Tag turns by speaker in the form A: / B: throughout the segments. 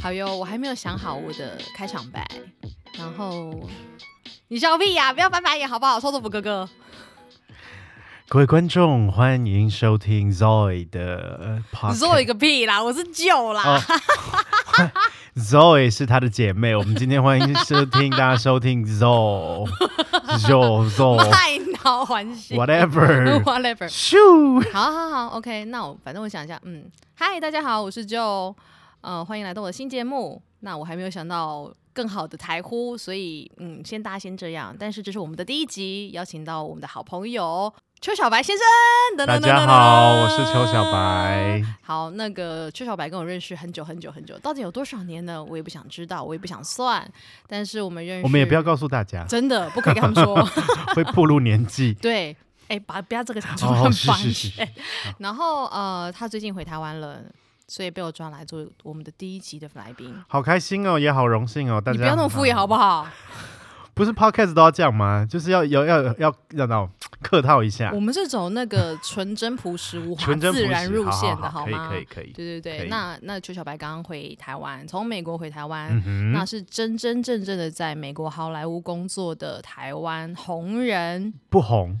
A: 好哟，我还没有想好我的开场白，然后你笑屁呀、不要翻白眼好不好？臭豆腐哥哥，
B: 各位观众，欢迎收听 Zoe 的呃 p o
A: 你
B: d
A: 说我一个屁啦，我是舅啦。
B: Zoe 是她的姐妹，我们今天欢迎收听大家收 听 Zoe Zoe
A: 卖脑还息
B: Whatever
A: whatever。
B: Zoe，
A: 好好好，OK，那我反正我想一下，嗯，嗨，大家好，我是舅，呃，欢迎来到我的新节目。那我还没有想到更好的台呼，所以嗯，先大家先这样。但是这是我们的第一集，邀请到我们的好朋友邱小白先生。噔噔
B: 大
A: 噔
B: 家
A: 噔
B: 好，
A: 噔
B: 我是邱小白。
A: 好，那个邱小白跟我认识很久很久很久，到底有多少年呢？我也不想知道，我也不想算。但是我们认识，
B: 我们也不要告诉大家，
A: 真的不可以跟他们说。。
B: 会暴露年纪
A: 对，哎、把不要这个讲出来
B: 哦，
A: 很
B: 是
A: 烦
B: 是是
A: 人
B: 是，
A: 然后呃，他最近回台湾了，所以被我抓来做我们的第一集的来宾。
B: 好开心哦，也好荣幸哦，大
A: 你
B: 家
A: 不要那么敷衍好不好？
B: 不是 podcast 都要这样吗？就是要要要要要那种客套一下
A: 我，们是走那个纯真朴实无华、
B: 纯真朴
A: 自
B: 实
A: 然入线的，
B: 好好好
A: 吗？
B: 可以可以可以
A: 对对
B: 可
A: 对，
B: 以
A: 那那邱小白刚刚回台湾，从美国回台湾，
B: 嗯哼，
A: 那是真真正正的在美国好莱坞工作的台湾红人。
B: 不红。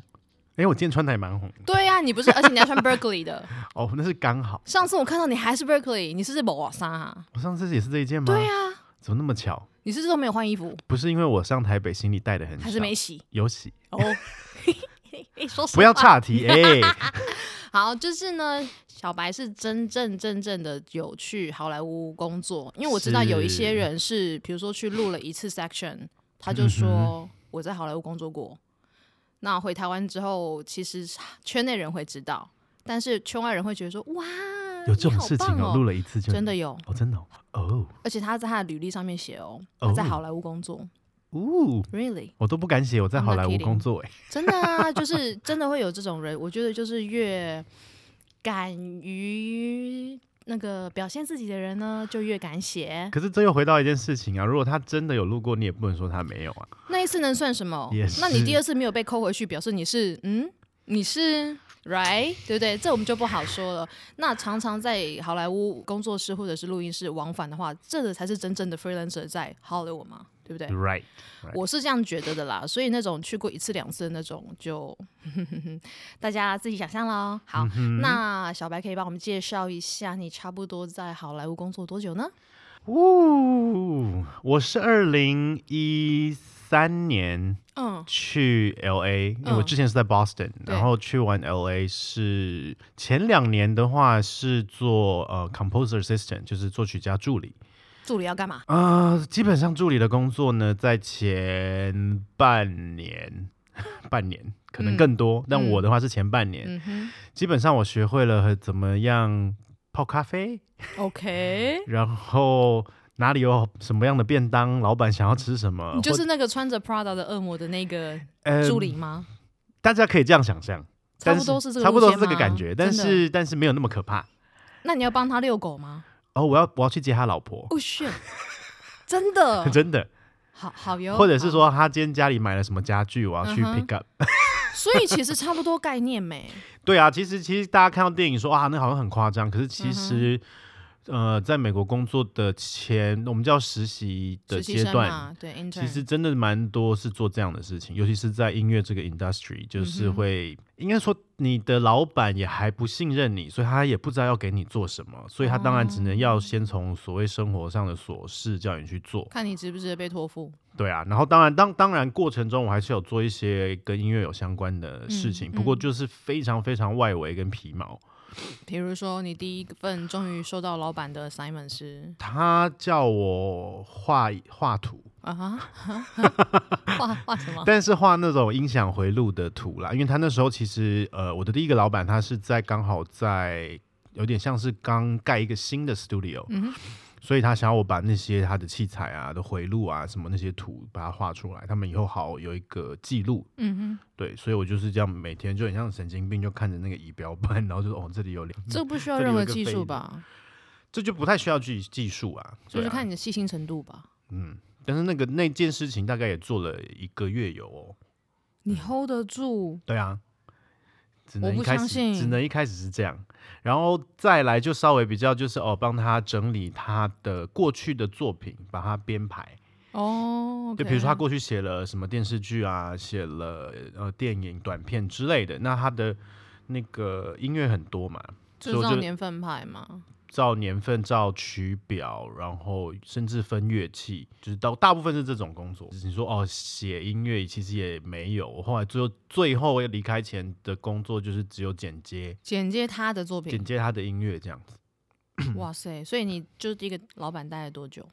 B: 哎，我今天穿的也蛮红的
A: 对呀、你不是，而且你还穿 Berkeley 的。
B: 哦，那是刚好。
A: 上次我看到你还是 Berkeley，你是不是抹纱啊？
B: 我上次也是这一件吗？
A: 对啊呀、
B: 怎么那么巧？
A: 你是不是都没有换衣服，
B: 不是因为我上台北行李带的很少，
A: 还是没 洗？
B: 有洗，
A: 哦， 你说什么啊
B: 不要 岔题哎、
A: 哦好，就是呢，小白是真正真正的有去好莱坞工作，因为我知道有一些人是，比如说去录了一次 section，他
B: 嗯
A: 就说我在好莱坞工作过。那回台湾之后，其实圈内人会知道，但是圈外人会觉得说哇，
B: 有这种事情
A: 你好棒
B: 哦，
A: 哦，
B: 录了一次就
A: 真的有，
B: 哦，真的哦，哦
A: 而且他在他的履历上面写哦，
B: 哦
A: 他在好莱坞工作、
B: 呜，
A: r e a l l y
B: 我都不敢写我在
A: I'm
B: 好莱
A: not
B: 坞
A: kidding
B: 工作哎、
A: 真的啊，就是真的会有这种人。我觉得就是越敢于那个表现自己的人呢，就越敢写。
B: 可是这又回到一件事情啊，如果他真的有录过，你也不能说他 没有啊。
A: 那一次能算什么
B: 也？是
A: 那你第二次没有被扣回去，表示你是嗯，你是 right，对不对？这我们就不好说了。那常常在好莱坞工作室或者是录音室往返的话，这个才是真正的 freelancer 在 Hollywood 嘛，对不对？
B: Right，
A: 我是这样觉得的啦，所以那种去过一次两次的那种就，大家自己想象喽。
B: 嗯
A: 好，那小白可以帮我们介绍一下，你差不多在好莱坞工作多久呢？
B: 呜，我是二零一三年
A: 嗯，
B: 去 L A，因为我
A: 嗯
B: 之前是在 Boston，、
A: 对
B: 然后去完 L A 是前两年的话是做呃 composer assistant，就是作曲家助理。
A: 助理要干嘛？
B: 啊、基本上助理的工作呢，在前半年， 半年可能
A: 嗯
B: 更多，但
A: 嗯
B: 我的话是前半年。
A: 嗯 哼
B: 基本上我学会了和怎么样泡咖啡，
A: ，OK，
B: 然后哪里有什么样的便当，老板想要吃什么，
A: 你就
B: 或
A: 是那个穿着 Prada 的恶魔的那个
B: 呃
A: 助理吗？
B: 大家可以这样想象，
A: 差
B: 但
A: 不多是这个，
B: 差不多是这个感觉，但
A: 真的
B: 是但是没有那么可怕。
A: 那你要帮他遛狗吗？
B: 哦，我要我要去接他老婆，
A: 哦、是， 真的，
B: 真的，
A: 好好哟。
B: 或者是
A: 好，
B: 说他今天家里买了什么家具，我要去
A: 嗯哼
B: pick up。
A: 所以其实差不多概念欸没。
B: 对啊，其实其实大家看到电影说啊，那好像很夸张，可是
A: 嗯
B: 其实、呃，在美国工作的前，我们叫实习 的
A: 实习
B: 阶
A: 生啊
B: 段。
A: 嘛，对，intern，
B: 其实真的蛮多是做这样的事情，尤其是在音乐这个 industry，就是
A: 嗯哼
B: 会、应该说你的老板也还不信任你，所以他也不知道要给你做什么，所以他当然只能
A: 哦
B: 要先从所谓生活上的琐事叫你去做。
A: 看你值不值得被托付。
B: 对啊，然后当然当当然过程中我还是有做一些跟音乐有相关的事情，
A: 嗯
B: 不过
A: 嗯
B: 就是非常非常外围跟皮毛。
A: 比如说，你第一份终于收到老板的 assignment 是
B: 他叫我画画图，
A: 啊哈， 画画什么？
B: 但是画那种音响回路的图啦，因为他那时候其实呃，我的第一个老板他是在刚好在有点像是刚盖一个新的 studio，、
A: 嗯哼
B: 所以他想要我把那些他的器材啊的回路啊什么那些图把它画出来，他们以后好有一个记录。
A: 嗯哼，
B: 对，所以我就是这样每天就很像神经病，就看着那个仪表板，然后就说哦这里有两，
A: 这不需要
B: 这里
A: 任
B: 有
A: 何
B: 一个
A: 技
B: 飞
A: 术
B: 的
A: 吧？
B: 这就不太需要技技术啊，
A: 就是
B: 对啊
A: 看你的细心程度吧。
B: 嗯，但是那个那件事情大概也做了一个月有哦。
A: 你 hold 得住，
B: 对啊，只能一
A: 不
B: 开
A: 相
B: 始
A: 信
B: 只能一开始是这样，然后再来就稍微比较就是哦，帮他整理他的过去的作品，把它编排。
A: 哦，
B: 对，比如说他过去写了什么电视剧啊，写了呃电影、短片之类的，那他的那个音乐很多嘛，所以
A: 就
B: 我
A: 照
B: 就
A: 年份派嘛，
B: 照年份、照曲表，然后甚至分乐器，就是到大部分是这种工作。你说哦，写音乐其实也没有，我后来最后最后要离开前的工作就是只有剪接，
A: 简介他的作
B: 剪
A: 品。
B: 接他的音乐这样子。
A: 哇塞，所以你就第一个老板待了多久？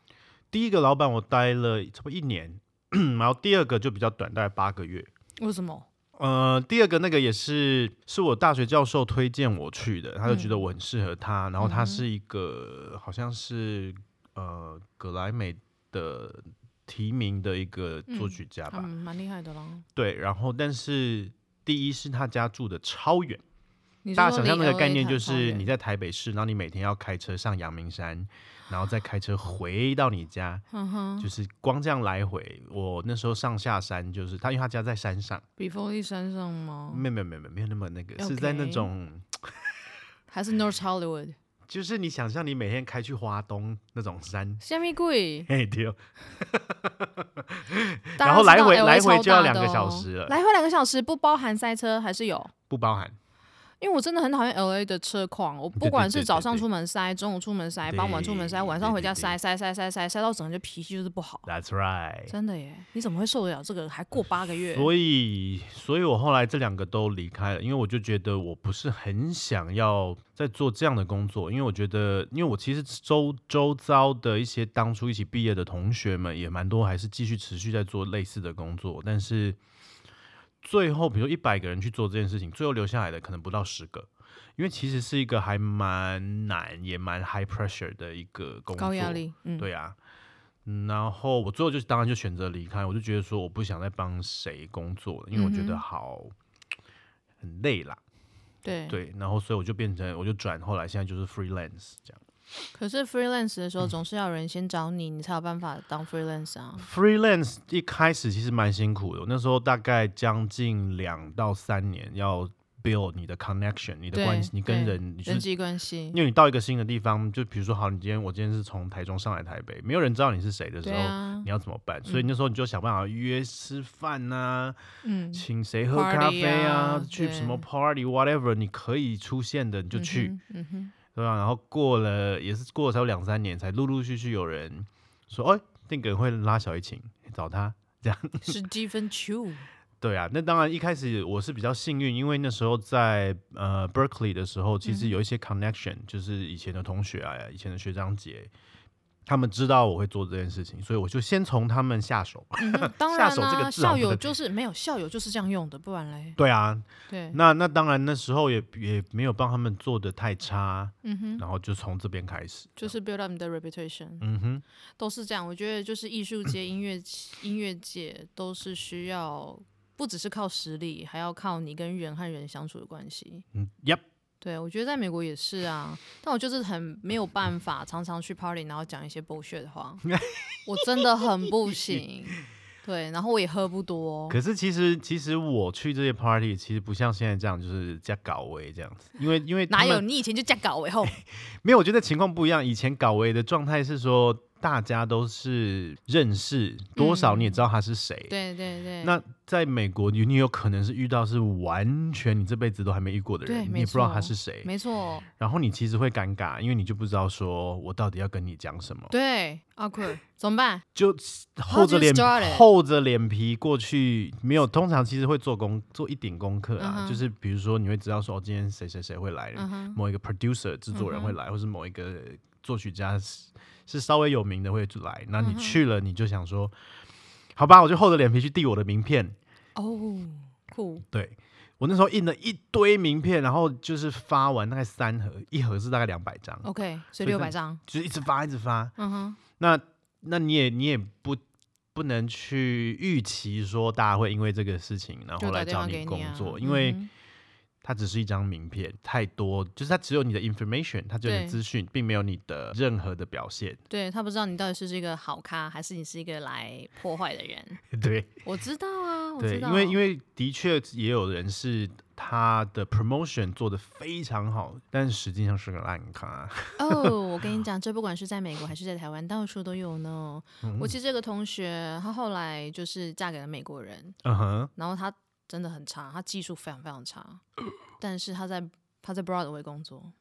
B: 第一个老板我待了差不多一年， 然后第二个就比较短，大概八个月。
A: 为什么？
B: 呃，第二个那个也是是我大学教授推荐我去的，他就觉得我很适合他，然后他是一个好像是呃格莱美的提名的一个作曲家吧，
A: 嗯，蛮厉害的啦。
B: 对，然后但是第一是他家住的超远，
A: 你是
B: 大家
A: 说
B: 想象
A: 离
B: 那个
A: LA
B: 概念
A: 太
B: 就
A: 太
B: 是
A: 远
B: 你在台北市，然后你每天要开车上阳明山，然后再开车回到你家，
A: 嗯哼，
B: 就是光这样来回，我那时候上下山就是他，因为他家在山上。
A: 比佛利山上吗？
B: 没有没有没有没有那么那个，是在那
A: OK
B: 种
A: 还是 North Hollywood？
B: 就是你想象你每天开去花东那种山，
A: 虾米贵？
B: 嘿哦丢，
A: 大
B: 然
A: 家
B: 后
A: 知
B: 来
A: 道
B: 回
A: LA
B: 来回
A: 超
B: 就要
A: 大
B: 两
A: 的
B: 个小
A: 哦
B: 时了
A: 来回两个小时不包含塞车还是有。
B: 不包含。
A: 因为我真的很讨厌 L A 的车况，我
B: 对
A: 不
B: 对
A: 管
B: 对
A: 是
B: 对
A: 早上
B: 对
A: 出门塞，中午出门塞，傍晚出门塞，
B: 对
A: 晚上
B: 对
A: 回
B: 对
A: 家
B: 对
A: 塞塞塞塞塞塞到整个人脾气就是不好，
B: That's right。
A: 真的耶！你怎么会受得了这个？还过八个月，
B: 所以，所以我后来这两个都离开了，因为我就觉得我不是很想要再做这样的工作，因为我觉得，因为我其实周周遭的一些当初一起毕业的同学们也蛮多，还是继续持续在做类似的工作，但是最后，比如一百个人去做这件事情，最后留下来的可能不到十个，因为其实是一个还蛮难也蛮 high pressure 的一个工作，
A: 高压力，嗯，
B: 对啊，嗯然后我最后就是当然就选择离开，我就觉得说我不想再帮谁工作了，因为我觉
A: 嗯
B: 得
A: 哼
B: 好、很累啦。
A: 对
B: 对，然后所以我就变成我就转，后来现在就是 freelance 这样。
A: 可是 freelance 的时
B: 嗯
A: 候，总是要有人先找你，你才有办法当 freelance 啊。
B: freelance 一开始其实蛮辛苦的，我那时候大概将近两到三年要 build 你的 connection，你的
A: 对
B: 关系，你跟
A: 对
B: 人，你就
A: 人
B: 是
A: 际关系
B: 因，为你到一个新的地方，就比如说好，你今天我今天是从台中上来台北，没有人知道你是谁的时
A: 对
B: 候，
A: 啊
B: 你，要怎么办？所以那时候你就想办法约吃饭啊呐、
A: 嗯，
B: 请谁喝咖啡
A: Party
B: 啊
A: 啊，
B: 去什么
A: 对
B: party whatever，你可以出现的你就去，
A: 嗯哼，嗯哼，
B: 对吧、然后过了也是过了差不多两三年，才陆陆续续有人说，哎，那个人会拉小提琴，找他。
A: 是积分 two，
B: 对啊，那当然一开始我是比较幸运，因为那时候在呃 Berkeley 的时候，其
A: 嗯
B: 实有一些 connection，、就是以前的同学啊，以前的学长姐。他们知道我会做这件事情，所以我就先从他们下手。
A: 嗯 哼当
B: 下
A: 然
B: 手这个
A: 啦，
B: 字好
A: 校
B: 不
A: 友
B: 得
A: 就是没有校友就是这样用的，不然嘞，
B: 对啊，
A: 对，
B: 那那当然那时候也也没有帮他们做的太差，
A: 嗯哼，
B: 然后就从这边开始。
A: 就是 build up 你的 reputation。
B: 嗯哼，
A: 都是这样。我觉得就是艺术界、音乐音乐界都是需要，不只是靠实力，还要靠你跟人和人相处的关系。
B: 嗯，Yep，
A: 对，我觉得在美国也是啊，但我就是很没有办法，常常去 party，然后讲一些 bullshit 的 话，我真的很不行。对，然后我也喝不多，
B: 可是其实其实我去这些 party，其实不像现在这样，就是加搞维这样子，因为因为
A: 哪
B: 他们
A: 有你以前就这样搞尾 后
B: 没有，我觉得情况不一样。以前搞维的状态是说，大家都是认识，多少你也知道他是谁。
A: 嗯对对对，
B: 那在美国，你你有可能是遇到是完全你这辈子都还没遇过的人
A: 对，
B: 你
A: 没
B: 也不知道
A: 错
B: 他是谁，
A: 没 错，
B: 然后你其实会尴尬，因为你就不知道说我到底要跟你讲什么，
A: 对，阿坤怎么办？
B: 就厚着
A: you
B: 脸
A: started？
B: 厚着脸皮过去。没有，通常其实会做功做一点功课啊
A: 嗯哼
B: 就是比如说你会知道说哦，今天谁谁谁会来，
A: 嗯哼，嗯
B: 某一个 producer 制作人会来，或是某一个作曲家是是稍微有名的会来。那你去了，你就想说，好吧，我就厚着脸皮去递我的名片。
A: 哦，酷，
B: 对我那时候印了一堆名片，然后就是发完大概三盒，一盒是大概两百张，
A: OK，
B: 所
A: 所以
B: 以
A: 六
B: 他
A: 百张，
B: 就是一直发一直发。
A: 嗯哼。
B: 那那你也你也不。不能去预期说大家会因为这个事情，然后
A: 就打
B: 来
A: 电
B: 找
A: 话给
B: 工
A: 啊
B: 作，因为、
A: 嗯
B: 它只是一张名片，太多，就是它只有你的 information，它只有你的
A: 对
B: 资讯，并没有你的任何的表现。
A: 哼 对他不知道你到底是不是一个好咖，还是你是一个来破坏的人。
B: 对，
A: 我知道啊，啊，我
B: 对，
A: 知道，
B: 因为因
A: 为
B: 为的确也有人是他的 promotion 做的非常好，但实际上是个烂咖。
A: 哦，我跟你讲，这不管是在美国还是在台湾，到处都有呢。
B: 嗯
A: 我其实这个同学，她后来就是嫁给了美国人，
B: 嗯哼，
A: 然后她真的很差，她技术非常非常差，但是她在她在 Broadway 工作。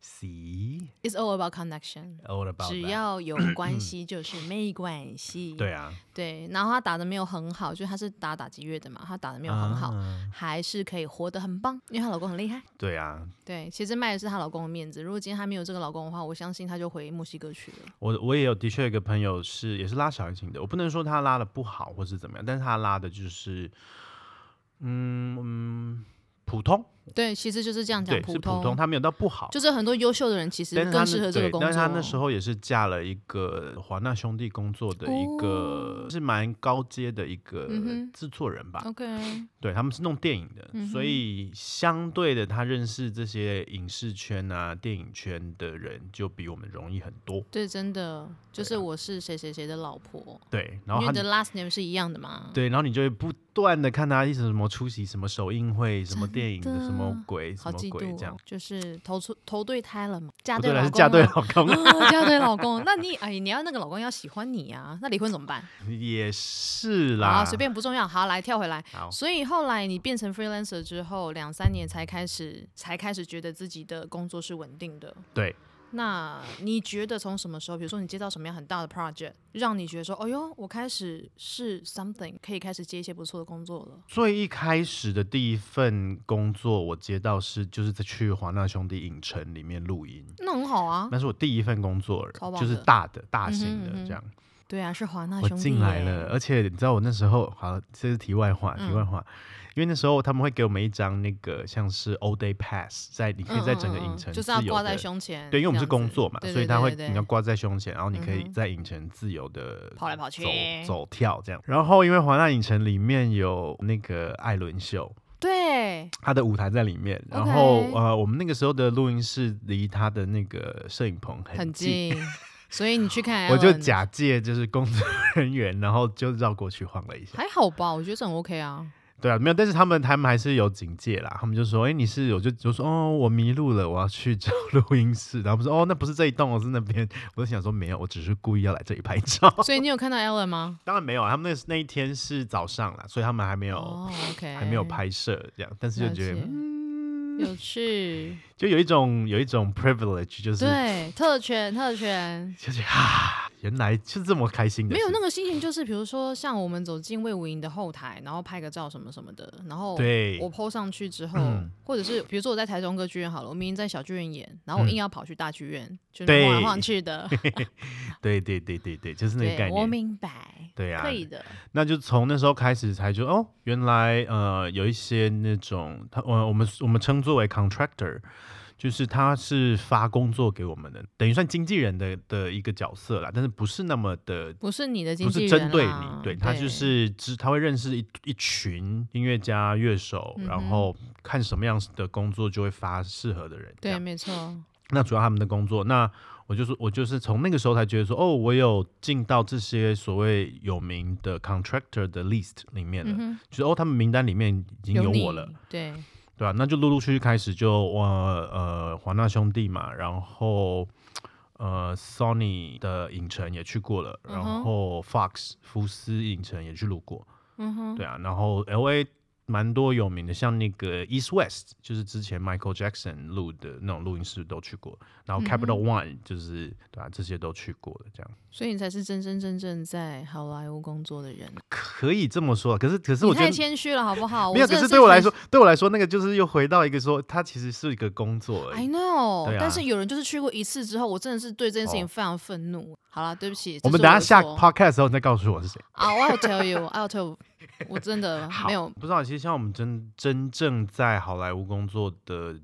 B: see
A: It's all about connection，
B: all about
A: 只
B: that
A: 要有 关系就是没关系。
B: 对啊，
A: 对然后他打的没有很好，就是他是打打击乐的嘛，他打的没有很好，
B: 啊
A: 还是可以活得很棒，因为她老公很厉害。
B: 对啊，
A: 对，其实卖的是她老公的面子。如果今天她没有这个老公的话，我相信她就回墨西哥去了。
B: 我我也有的确有一个朋友是也是拉小提琴的，我不能说他拉的不好或是怎么样，但是他拉的就是嗯嗯普通，
A: 对，其实就是这样讲，
B: 对，是
A: 通，
B: 普通，他没有到不好。
A: 就是很多优秀的人其实
B: 但是他
A: 更
B: 那
A: 适合这个
B: 对
A: 工作。
B: 但是他那时候也是嫁了一个华纳兄弟工作的一个，是蛮高阶的一个
A: 哦嗯哼嗯
B: 制作人吧？
A: OK，
B: 对，他们是弄电影的，所以相对的，他认识这些影视圈啊、电影圈的人就比我们容易很多。
A: 对，真的就是我是谁谁谁的老婆，
B: 对，啊然后
A: 因
B: 他
A: 为你的 last name 是一样的嘛。
B: 对，然后你就会不断的看他一直什么出席什么首映会、什么电影的什么鬼、
A: 好
B: 什么
A: 嫉
B: 鬼
A: 妒、
B: 这样
A: 哦，。就是投出投对胎了嘛，嫁
B: 不
A: 对
B: 对
A: 老
B: 了，
A: 公
B: 是嫁对
A: 了
B: 老公
A: 啊嫁对老公，那你哎，你要那个老公要喜欢你啊，那离婚怎么办？
B: 也是啦，
A: 啊，随。便不重要。好，来跳回来。
B: 好
A: 所以后来你变成 freelancer 之后，两三年才开始才开始觉得自己的工作是稳定的。
B: 对，
A: 那你觉得从什么时候，比如说你接到什么样很大的 project，让你觉得说，哦哟，我开始是 something，可以开始接一些不错的工作了？
B: 最一开始的第一份工作，我接到是就是在去华纳兄弟影城里面录音，
A: 那很好啊。
B: 那是我第一份工作
A: 超，棒
B: 就是
A: 的
B: 大的、大
A: 嗯
B: 型
A: 哼嗯
B: 的
A: 哼
B: 这样。
A: 对啊，是华纳
B: 我
A: 兄弟
B: 进来
A: 耶
B: 了，，而且你知道我那时候，好，这是题外话，题
A: 嗯
B: 外话，因为那时候他们会给我们一张那个像是 all day pass，在你可以在整个
A: 嗯嗯嗯
B: 影
A: 嗯
B: 城
A: 就是
B: 自
A: 要
B: 由
A: 挂
B: 的。
A: 在胸前。
B: 对，因为我们
A: 嗯这样
B: 是工
A: 子
B: 作嘛，
A: 对
B: 所以
A: 对
B: 他
A: 对
B: 会
A: 对
B: 你要挂在胸前，然后你可以
A: 嗯哼
B: 在影城自由的
A: 跑来跑去
B: 走走跳这样。然后因为华纳影城里面有那个艾伦秀，
A: 对
B: 他的舞台在里面，然
A: OK
B: 后呃，我们那个时候的录音室离他的那个摄影棚
A: 很
B: 近，
A: 近，所以你去看 Alan，
B: 我就假借就是工作 人员，然后就绕过去晃了一下。
A: 还好吧，我觉得这很 OK 啊。
B: 对啊，没有，但是他们他们还是有警戒啦，他们就说，哎，你是我就就说，哦，我迷路了，我要去找 录音室，然后他们说，哦，那不是这一栋，我是那边，我就想说没有，我只是故意要来这里拍照，
A: 所以你有看到 Alan 吗？
B: 当然没有啊，他们那那一天是早上啦，所以他们还 没有、
A: 哦，OK，
B: 还没有，拍摄这样，但是就觉
A: 了
B: 得嗯
A: 解。有趣，
B: 就有一种有一种 privilege，就是
A: 对，特权特权，
B: 就是啊，原来是这么开心的
A: 没
B: 事，
A: 有那个心情，就是比如说像我们走进魏武营的后台，然后拍个照什么什么的，然后
B: 对嗯
A: 我 PO 上去之后，或者是比如说我在台中歌剧院好了，我明明在小剧院演，然后
B: 嗯
A: 我硬要跑去大剧院，就那晃来晃去 的，
B: 对对对对对，就是那个概
A: 对，我
B: 念。
A: 明白，
B: 对啊
A: 可以的，
B: 那就从那时候开始才就哦，原来呃有一些那种他呃我们我们称作为 contractor，就是他是发工作给我们的，等于算经纪人的的一个角色啦，但是不是那么的
A: 不是你的经
B: 不
A: 纪
B: 是
A: 人
B: 针对你
A: 啦，
B: 对他就是知他会认识一一群音乐家、乐手，
A: 嗯
B: 然后看什么样的工作就会发适合的人。这
A: 对，
B: 样
A: 没错，
B: 那主要他们的工作，那我就是我就是从那个时候才觉得说，哦，我有进到这些所谓有名的 contractor 的 list 里面了，就是哦，他们名单里面已经有
A: 嗯你
B: 我了，，
A: 对，
B: 对啊吧、那就陆陆续续开始就呃呃华纳兄弟嘛，然后呃 Sony 的影城也去过了，然
A: 嗯哼
B: 后 Fox 福斯影城也去录过，
A: 嗯哼，
B: 对啊，然后 L A 蛮多有名的，像那个 East West，就是之前 Michael Jackson 录的那种录音室都去过，然
A: 嗯
B: 后 Capital One 就是、对啊，这些都去过的，这样
A: 所以你才是真真正正在好莱坞工作的人。
B: 可以这么说。啊可是可是
A: 你
B: 我觉
A: 太
B: 得。
A: 谦虚了，好不好？
B: 没有，
A: 真的
B: 可是
A: 是
B: 对我来
A: 很
B: 说，对我来说，那个就是又回到一个说，它其实是一个工作而
A: ，I
B: 已。
A: know、
B: 对
A: 哎
B: 啊哦
A: 但是有人就是去过一次之后，我真的是对这件事情非常愤怒。好了，对不起，
B: 我
A: 这
B: 们
A: 是
B: 等
A: 我的
B: 下下
A: 错
B: podcast 的时候，你再告诉我是谁。
A: 啊，I'll tell you，I'll tell，you，我真的
B: 好
A: 没有
B: 不知道，其实像我们真真正在好莱坞工作的，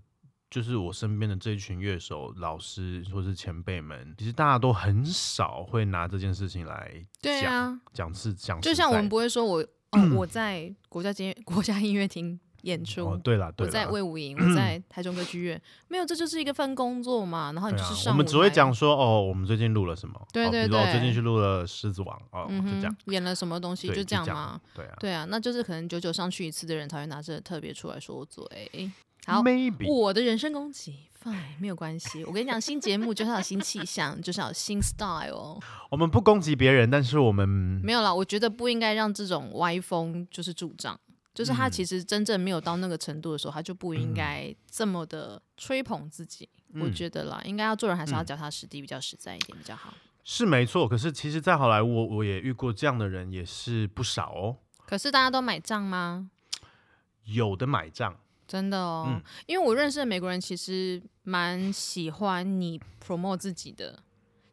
B: 就是我身边的这一群乐手、老师或是前辈们，其实大家都很少会拿这件事情来
A: 对
B: 讲
A: 啊，
B: 讲是讲，
A: 就像我们不会说我哦，我在国家音乐国家音乐厅演出。
B: 哦，对啦，对
A: 我
B: 啦，
A: 在魏武营， 我在台中歌剧院，没有，这就是一个份工作嘛。然后你
B: 对
A: 就
B: 啊
A: 是，
B: 我
A: 上舞台，
B: 们只会讲说哦，我们最近录了什么，
A: 对
B: 哦
A: 对
B: 比如说我最
A: 对
B: 近去录了《狮子王》哦，
A: 嗯
B: 就这
A: 哼
B: 样，，
A: 演了什么东西
B: 对，就
A: 这样嘛。，
B: 对啊，
A: 对啊，那就是可能久久上去一次的人才会拿这特别出来说嘴。好，
B: ，maybe
A: 我的人身攻击，fine，没有关系。我跟你讲，新节目就是要有新气象，就是要有新 style 哦。
B: 我们不攻击别人，但是我们
A: 没有啦，我觉得不应该让这种歪风就是助长，就是他
B: 嗯
A: 其实真正没有到那个程度的时候，他就不应该这么的吹捧自己。我
B: 嗯
A: 觉得啦，应该要做人还是要脚踏实地，比较实在一点比较好。
B: 是没错。可是其实，在好莱坞，我我也遇过这样的人，也是不少哦。
A: 可是大家都买账吗？
B: 有的买账，
A: 真的哦，
B: 嗯
A: 因为我认识的美国人其实蛮喜欢你 promote 自己的，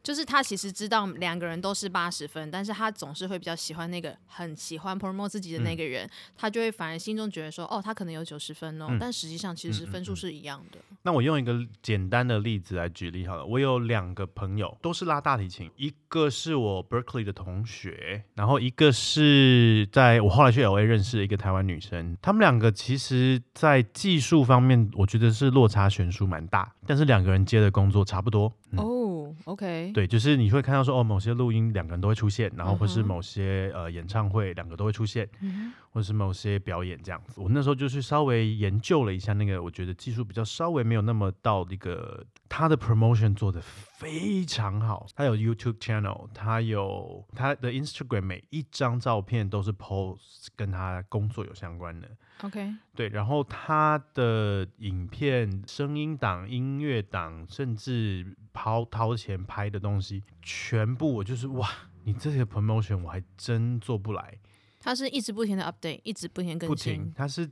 A: 就是他其实知道两个人都是八十分，但是他总是会比较喜欢那个很喜欢 promote 自己的
B: 嗯
A: 那个人，他就会反而心中觉得说，哦，他可能有九十分哦，
B: 嗯
A: 但实际上其实是分数是一样的。
B: 那我用一个简单的例子来举例好了。我有两个朋友都是拉大提琴，一个是我 Berkeley 的同学，然后一个是在我后来去 LA 认识的一个台湾女生。他们两个其实，在技术方面，我觉得是落差悬殊蛮大，但是两个人接的工作差不多。
A: 哦，OK，
B: 嗯对，就是你会看到说，哦，某些录音两个人都会出现，然后或是
A: 嗯哼
B: 某些、呃演唱会两个都会出现，
A: 嗯
B: 或是某些表演这样子。我那时候就是稍微研究了一下那个，我觉得技术比较稍微没有那么到那个，他的 promotion 做的非常好，他有 YouTube channel，他有他的 Instagram，每一张照片都是 post 跟他工作有相关的。
A: ，OK，
B: 对，然后他的影片、声音档、音乐档，甚至掏掏钱拍的东西，全部我就是哇，你这些 promotion 我还真做不来，
A: 他是一直不停的 update，一直不停地
B: 不
A: 更
B: 停
A: 新，，
B: 他是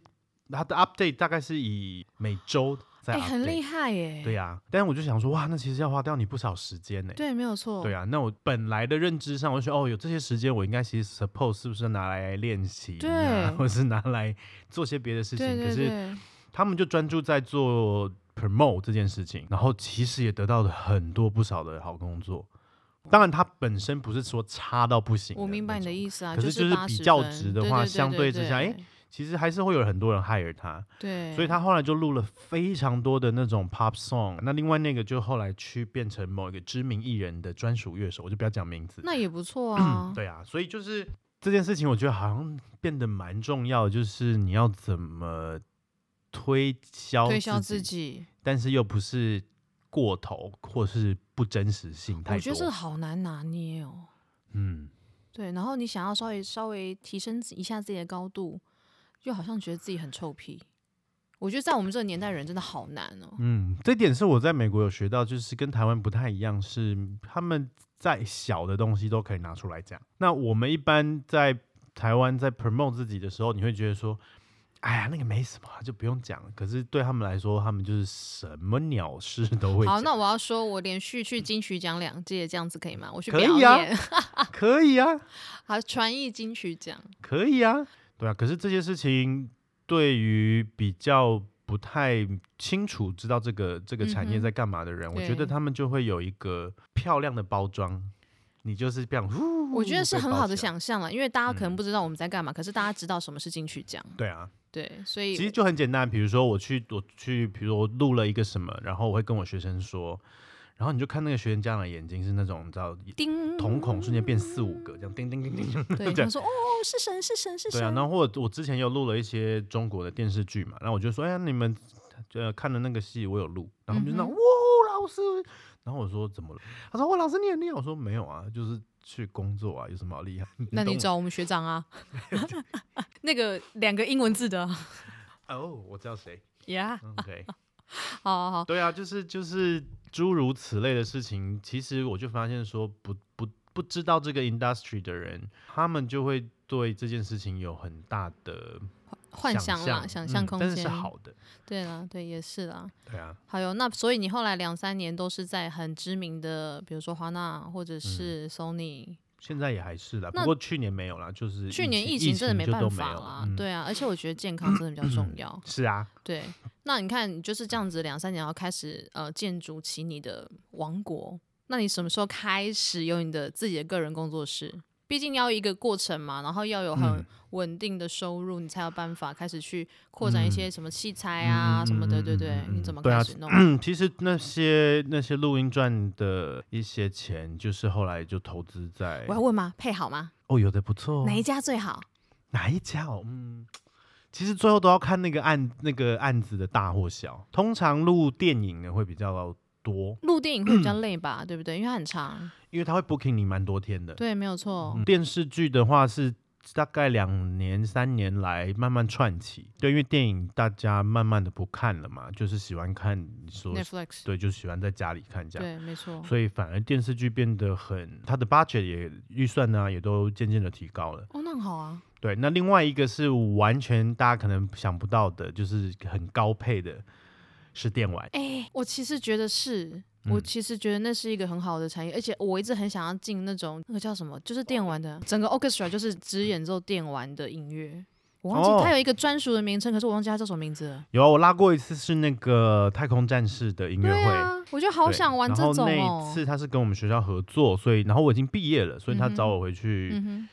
B: 他的 update 大概是以每周在
A: 哎、
B: update，、
A: 很厉害耶，
B: 对呀、啊但我就想说哇，那其实要花掉你不少时间呢、
A: 对没有错，
B: 对啊，那我本来的认知上，我就觉得哦，有这些时间，我应该其实 suppose 是不是拿来练习、啊，
A: 对
B: 或是拿来做些别的事情？
A: 对对
B: 可是
A: 对，
B: 他们就专注在做 promote 这件事情，然后其实也得到了很多不少的好工作。当然，他本身不是说差到不行，
A: 我明白你的。意思啊，
B: 可是
A: 是
B: 就是
A: 80
B: 比较
A: 分
B: 值的
A: 对
B: 话
A: 对对
B: 相对之下
A: 对
B: 哎其实还是会有很多人 hire 他，
A: 对，
B: 所以他后来就录了非常多的那种 pop song。那另外那个就后来去变成某一个知名艺人的专属乐手，我就不要讲名字。
A: 那也不错啊。
B: 对啊，所以就是这件事情，我觉得好像变得蛮重要的，就是你要怎么推销
A: 推销
B: 自
A: 自
B: 己。
A: 己，
B: 但是又不是过头或是不真实性太多。
A: 我觉得这个好难拿捏哦。
B: 嗯，
A: 对，然后你想要稍微稍微提升一下自己的高度，又好像觉得自己很臭屁。我觉得在我们这个年代，人真的好难哦。
B: 嗯，这点是我在美国有学到，就是跟台湾不太一样，是他们在小的东西都可以拿出来讲。那我们一般在台湾在 promote 自己的时候，你会觉得说。哎呀，那个没什么，就不用讲了。可是对他们来说，他们就是什么鸟事都会
A: 好，
B: 讲。嗯
A: 那我要说，我连续去金曲奖两届，这样子可以吗？我去
B: 可
A: 表
B: 以啊
A: 演，
B: 可以啊，
A: 还传艺金曲奖，
B: 可以啊，对啊。可是这些事情对于比较不太清楚知道这个这个产业
A: 嗯哼
B: 在干嘛的人，我觉得
A: 对
B: 他们就会有一个漂亮的包装，你就是这样，呼
A: 我觉得是
B: 被
A: 很
B: 包
A: 好的
B: 起来。
A: 想象了，因为大家
B: 嗯
A: 可能不知道我们在干嘛，可是大家知道什么是金曲奖，
B: 对啊，
A: 对，所以
B: 其实就很简单，比如说我去我去，比如我录了一个什么，然后我会跟我学生说，然后你就看那个学生家长的眼睛是那种你知道
A: 叮
B: 瞳孔瞬间变四五个，这样叮叮叮叮叮，
A: 对，
B: 这
A: 他说哦，是神是神是
B: 对啊，
A: 神，
B: 然后我我之前有录了一些中国的电视剧嘛，然后我就说，哎呀，你们呃看了那个戏，我有录，然后他们就那、
A: 嗯哼
B: 哇，老师，然后我说怎么了？他说哇，老师你很厉害，我说没有啊，就是去工作啊，有什么好厉害？
A: 那你
B: 懂
A: 找我们学长啊， 那个两个英文字的啊，
B: 哦，我知道谁嗯
A: 呀、
B: ，OK，
A: 好好好，
B: 对啊，就是就是诸如此类的事情，其实我就发现说不不不知道这个 industry 的人，他们就会对这件事情有很大的
A: 幻想啦，
B: 想
A: 想
B: 嗯
A: 象空
B: 但
A: 间、
B: 是是好的，
A: 对啦，对，也是啦。
B: 对啊，
A: 还有那，所以你后来两三年都是在很知名的，比如说华纳或者是
B: 嗯
A: Sony。
B: 现在也还是啦，不
A: 那
B: 过去年没有啦，就是
A: 去年
B: 疫
A: 情真的
B: 没
A: 没办
B: 都
A: 法
B: 有
A: 啦，
B: 嗯、，
A: 对啊，而且我觉得健康真的比较重要。
B: 是啊，
A: 对，那你看你就是这样子，两三年要开始呃建筑起你的王国。那你什么时候开始有你的自己的个人工作室？毕竟要一个过程嘛，然后要有很
B: 嗯
A: 稳定的收入，你才有办法开始去扩展一些什么器材啊、什么的，对对，你怎么
B: 对啊
A: 开始弄？
B: 嗯，其实那些那些录音赚的一些钱，就是后来就投资在
A: 我要问吗？配好吗？
B: 哦，有的不错哦，
A: 哦哪一家最好？
B: 哪一家哦？嗯，其实最后都要看那个案那个案子的大或小。通常录电影的会比较多，
A: 录电影会比 较累吧，对不对？因为它很长。
B: 因为他会 booking 你蛮多天的。
A: 对，没有错。
B: 嗯电视剧的话是大概两年三年来慢慢串起，对，因为电影大家慢慢的不看了嘛，就是喜欢看你说
A: Netflix，
B: 对，就喜欢在家里看这样。
A: 对，没错。
B: 所以反而电视剧变得很，它的 budget 也预算呢、也都渐渐的提高了。
A: 哦，那很好啊。
B: 对，那另外一个是完全大家可能想不到的，就是很高配的，是电玩。
A: 哎、我其实觉得是。
B: 嗯
A: 我其实觉得那是一个很好的产业，而且我一直很想要进那种那个叫什么，就是电玩的，整个 orchestra 就是只演奏电玩的音乐。我忘记
B: 哦
A: 它有一个专属的名称，可是我忘记它叫什么名字了。
B: 有啊我拉过一次是那个太空战士的音乐
A: 对
B: 会，
A: 啊，我就好
B: 对
A: 想玩这种
B: 然后那一
A: 哦。
B: 次他是跟我们学校合作，所以然后我已经毕业了，所以他找我回去，
A: 嗯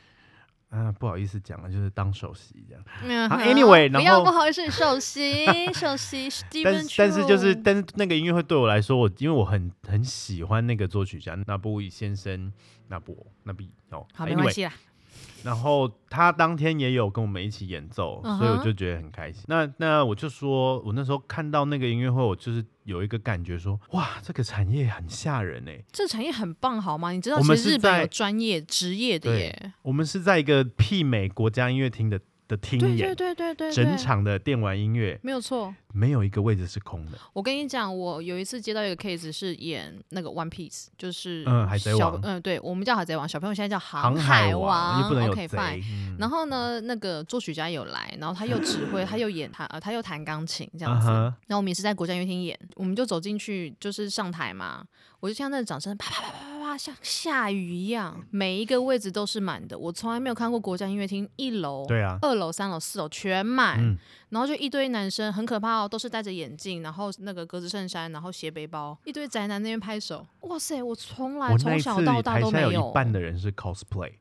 B: 啊，不好意思讲了，就是当首席这样。
A: 哼，嗯
B: 好
A: 哼
B: ，anyway，
A: 不
B: 然
A: 要
B: 后
A: 不好意思，首席，首席 Steven
B: 但是但是就是
A: Chu
B: 但是那个音乐会对我来说，我因为我很很喜欢那个作曲家那布先生，那布那比哦，
A: 好，
B: anyway，
A: 没关系啦。
B: 然后他当天也有跟我们一起演奏，
A: 嗯哼
B: 所以我就觉得很开心。那那我就说，我那时候看到那个音乐会，我就是有一个感觉说，哇，这个产业很吓人哎、
A: 这产业很棒，好吗？你知道，
B: 我
A: 其
B: 们
A: 实
B: 是
A: 日本有
B: 在
A: 专业职业的
B: 对
A: 耶。
B: 我们是在一个媲美国家音乐厅的的厅
A: 对对
B: 演，
A: 对对对，
B: 整
A: 对
B: 场的电玩音乐
A: 没有错。
B: 没有一个位置是空的。
A: 我跟你讲，我有一次接到一个 case 是演那个 One Piece，就是
B: 嗯海贼
A: 小
B: 王
A: 嗯、对我们叫海贼王，小朋友现在叫
B: 航
A: 哦海
B: 王又不能有
A: OK
B: 贼
A: fine。
B: 嗯
A: 然后呢，那个作曲家有来，然后他又指 挥，他又演，他呃他又弹钢琴这样
B: 啊
A: 子。
B: 哈，
A: 然后我们也是在国家音乐厅演，我们就走进去，就是上台嘛，我就听到那个掌声啪啪啪啪啪啪，像下雨一样，每一个位置都是满的。我从来没有看过国家音乐厅一楼、
B: 对啊，
A: 二楼、三楼、四楼全满，
B: 嗯
A: 然后就一堆男生很可怕哦，都是戴着眼镜，然后那个格子衬衫，然后斜背包，一堆宅男那边拍手。哇塞，我从来
B: 我那
A: 从
B: 一
A: 小
B: 次
A: 到大
B: 台
A: 都
B: 下
A: 没
B: 有一半的人是 cosplay，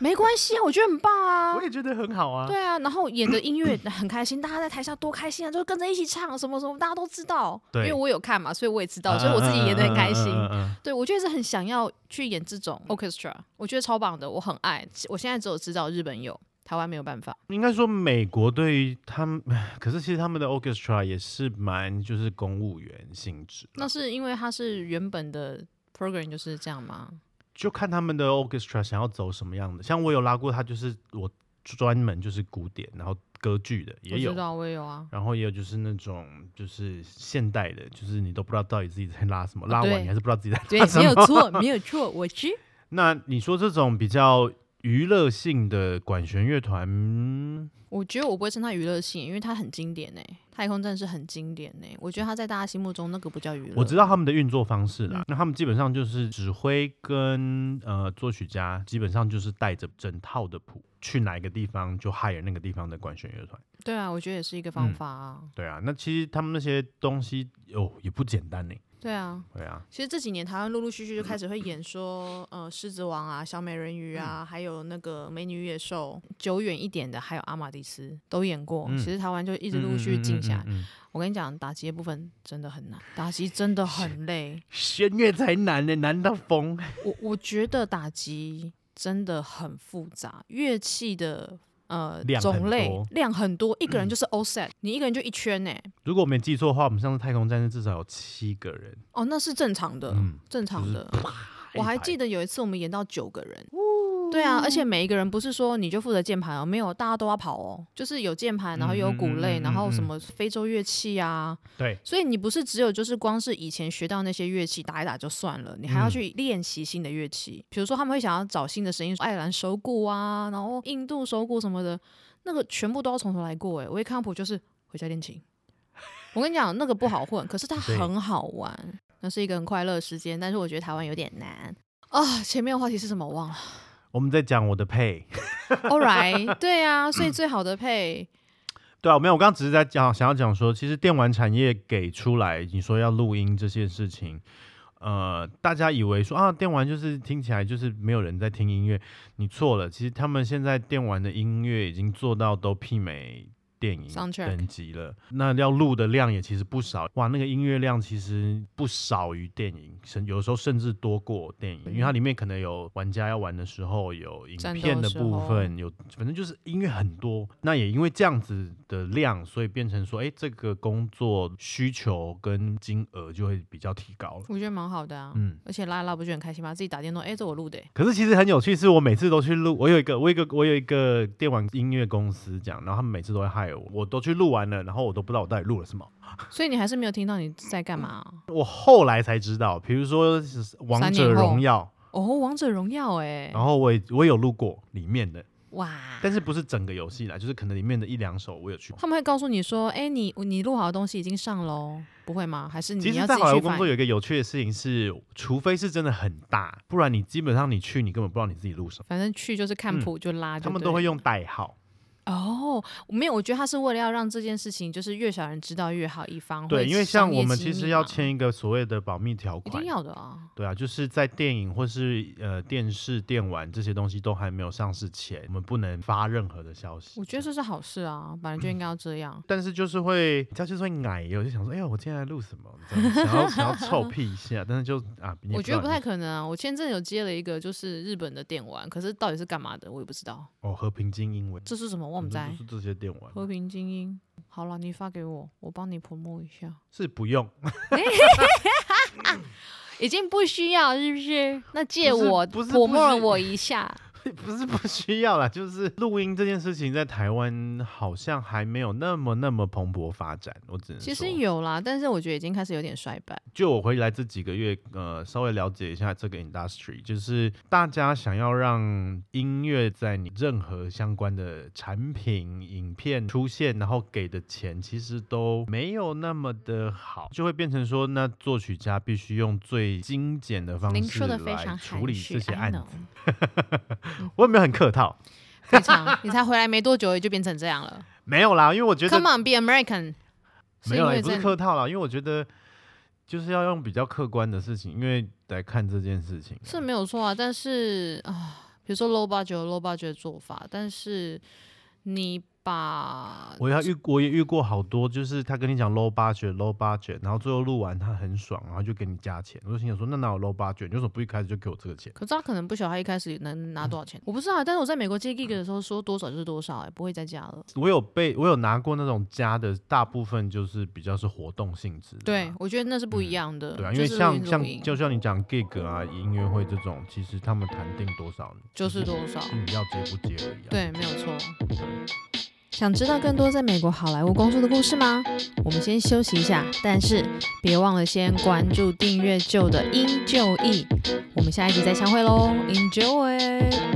A: 没关系啊，我觉得很棒 啊
B: 我。也觉得很好啊。
A: 对啊，然后演的音乐很开心，大家在台下多开心啊，就跟着一起唱什么什么，大家都知道。
B: 对
A: 因为我有看嘛，所以我也知道，
B: 嗯，
A: 所以我自己演的很开心。
B: 嗯嗯嗯嗯嗯
A: 对，我就是很想要去演这种 orchestra，我觉得超棒的，我很爱。我现在只有知道日本有，台湾没有办法。
B: 应该说美国对于他们， 可是其实他们的 orchestra 也是蛮就是公务员性质啦，
A: 那是因为它是原本的 program 就是这样吗？
B: 就看他们的 orchestra 想要走什么样的。像我有拉过，他就是我专门就是古典，然后歌剧的也
A: 我
B: 有
A: 知，道，我也有 啊。
B: 然后也有就是那种就是现代的，就是你都不知道到底自己在拉什么，
A: 哦
B: 拉
A: 对
B: 完你还是不知道自己在
A: 对
B: 拉，啊什
A: 没有
B: 么。
A: 错，没有错，我知。
B: 那你说这种比较娱乐性的管弦乐团，嗯
A: 我觉得我不会称它娱乐性，因为它很经典呢、欸太空战士》很经典呢、我觉得它在大家心目中那个不叫娱乐。
B: 我知道他们的运作方式
A: 嗯
B: 啦，那他们基本上就是指挥跟呃作曲家，基本上就是带着整套的谱去哪一个地方就 hire 那个地方的管弦乐团。
A: 对啊，我觉得也是一个方
B: 嗯
A: 法啊。
B: 对啊，那其实他们那些东西哦也不简单呢。
A: 对啊，
B: 对啊，
A: 其实这几年台湾陆陆续续就开始会演 说，呃，狮子王啊、小美人鱼
B: 嗯
A: 啊，还有那个美女与野兽，久远一点的还有阿玛迪斯都演过。
B: 嗯
A: 其实台湾就一
B: 一
A: 直陆陆续续进下来。
B: 嗯嗯嗯嗯
A: 我跟你讲，打击的部分真的很难，打击真的很累。
B: 弦乐才难呢，难到疯。
A: 我我觉得打击真的很复杂，乐器的。呃，
B: 量很
A: 种类
B: 多嗯
A: 量很多，一个人就是 all set，、你一个人就一圈呢、
B: 如果我没记错的话，我们上次太空战士至少有七个人，
A: 哦，那是正常的，
B: 嗯
A: 正
B: 就
A: 常
B: 是
A: 的。
B: 啪
A: 我还记得有一次我们演到九个人，对啊，而且每一个人不是说你就负责键盘哦，没有，大家都要跑哦，就是有键盘，然后有
B: 嗯嗯
A: 鼓类，
B: 嗯嗯
A: 然后什
B: 嗯
A: 么非洲乐器啊，
B: 一排对。
A: 所以你不是只有就是光是以前学到那些乐器打一打就算了，你还要
B: 嗯
A: 去练习新的乐器，比如说他们会想要找新的声音，爱尔兰手鼓啊，然后印度手鼓什么的，那个全部都要从头来过。哎，我一看到谱就是回家练琴。我跟你讲，那个不好混，可是它
B: 对
A: 很好玩，那是一个很快乐的时间，但是我觉得台湾有点难。啊，前面的话题是什么我忘了。
B: 我们在讲我的配，
A: All right，对啊，所以最好的配，
B: 对啊，没有，我刚刚只是在讲，想要讲说，其实电玩产业给出来，你说要录音这件事情，呃，大家以为说啊，电玩就是听起来就是没有人在听音乐，你错了。其实他们现在电玩的音乐已经做到都媲美电影
A: Soundtrack
B: 等级了。那要录的量也其实不少，哇，那个音乐量其实不少于电影，甚有时候甚至多过电影，因为它里面可能有玩家要玩的时候，有影
A: 战斗
B: 片的
A: 时
B: 部
A: 候
B: 分，有反正就是音乐很多。那也因为这样子的量，所以变成说，哎、这个工作需求跟金额就会比较提高了。
A: 我觉得蛮好的啊。
B: 嗯，
A: 而且拉拉不就很开心吗？自己打电动，哎、这我录的、欸，
B: 可是其实很有趣，是我每次都去录，我有一个，我有一个，我有一个电玩音乐公司这样，然后他们每次都会害我，我都去录完了，然后我都不知道我到底录了什么。
A: 所以你还是没有听到你在干嘛啊、
B: 我后来才知道，比如说是《王者荣耀
A: 哦，王者荣耀、欸，》，
B: 然后我也我有录过里面的，
A: 哇，
B: 但是不是整个游戏啦，就是可能里面的一两首我有去。
A: 他们会告诉你说，哎、你你录好的东西已经上喽，不会吗？还是嗯你
B: 其
A: 要
B: 实，
A: 自
B: 在
A: 己
B: 好莱
A: 去
B: 坞工
A: 翻
B: 作？有一个有趣的事情是，除非是真的很大，不然你基本上你去，你根本不知道你自己录什么。
A: 反正去就是看
B: 嗯
A: 谱就拉啊就对了、
B: 他们都会用代号，
A: 哦，没有，我觉得他是为了要让这件事情就是越少人知道越好，以防
B: 对，
A: 会
B: 因为
A: 商
B: 像
A: 业
B: 我们
A: 机
B: 其
A: 密
B: 实要
A: 嘛
B: 签一个所谓的保密条
A: 一
B: 款
A: 定，要的啊。
B: 对啊，就是在电影或是呃电视、电玩这些东西都还没有上市前，我们不能发任何的消息。
A: 我觉得这是好事啊，本来
B: 嗯
A: 就应该要这样。
B: 但是就是会，你知道就是会奶油，就想说，哎、呀，我今天来录什么？你知道吗想要想要臭屁一下，但是就啊，你也
A: 我觉得
B: 知
A: 不
B: 道
A: 太可能啊！我前阵有接了一个就是日本的电玩，可是到底是干嘛的，我也不知道。
B: 哦，和平精英文，
A: 这是什么？我
B: 我
A: 们在
B: 就是嗯这些电玩
A: 和平精英。好了，你发给我，我帮你 promo 一下。
B: 是不用，
A: 已经不需要是不是？那借
B: 不是
A: 我
B: 不是
A: promo
B: 不是
A: 我一下。
B: 不是不需要啦，就是录音这件事情在台湾好像还没有那么那么蓬勃发展，我只能
A: 其
B: 说
A: 实有啦，但是我觉得已经开始有点衰败。
B: 就我回来这几个月，呃，稍微了解一下这个 industry，就是大家想要让音乐在你任何相关的产品、影片出现，然后给的钱其实都没有那么的好，就会变成说，那作曲家必须用最精简的方
A: 您
B: 式
A: 说的非
B: 来
A: 常
B: 处
A: 含
B: 理
A: 蓄
B: 这些
A: ，I
B: 案
A: know
B: 子。。我有没有很客套？
A: 非常，你才回来没多久也就变成这样了。
B: 没有啦，因为 我觉得
A: Come on, be American。
B: 没有啦，
A: 是
B: 也
A: 因
B: 不
A: 为
B: 是
A: 这
B: 客套啦，因为我觉得就是要用比较客观的事情，因为来看这件事情啊、
A: 是没有错啊，但是啊，比如说 low budget 有 low budget 的做法，但是你把
B: 我要遇，我也遇过好多，就是他跟你讲 low budget low budget，然后最后录完他很爽，然后就给你加钱。我就心想说，那哪有 low budget？你为什么不一开始就给我这个钱？
A: 可是他可能不晓得他一开始能拿多少钱，我不知道啊。但是我在美国接 gig 的时候说多少就是多少、欸，不会再加了。
B: 我有被我有拿过那种加的，大部分就是比较是活动性质的
A: 对
B: 啦。，
A: 我觉得那是不一样的。
B: 对啊，
A: 就
B: 因为
A: 是
B: 像
A: 录音
B: 像
A: 录音
B: 就像你讲 gig 啊、音乐会这种，其实他们谈定多少，
A: 就是多少，
B: 是你要接不接而已、啊。
A: 对，没有错。想知道更多在美国好莱坞工作的故事吗？我们先休息一下，但是别忘了先关注、订阅旧的英就义。我们下一集再相会喽，Enjoy。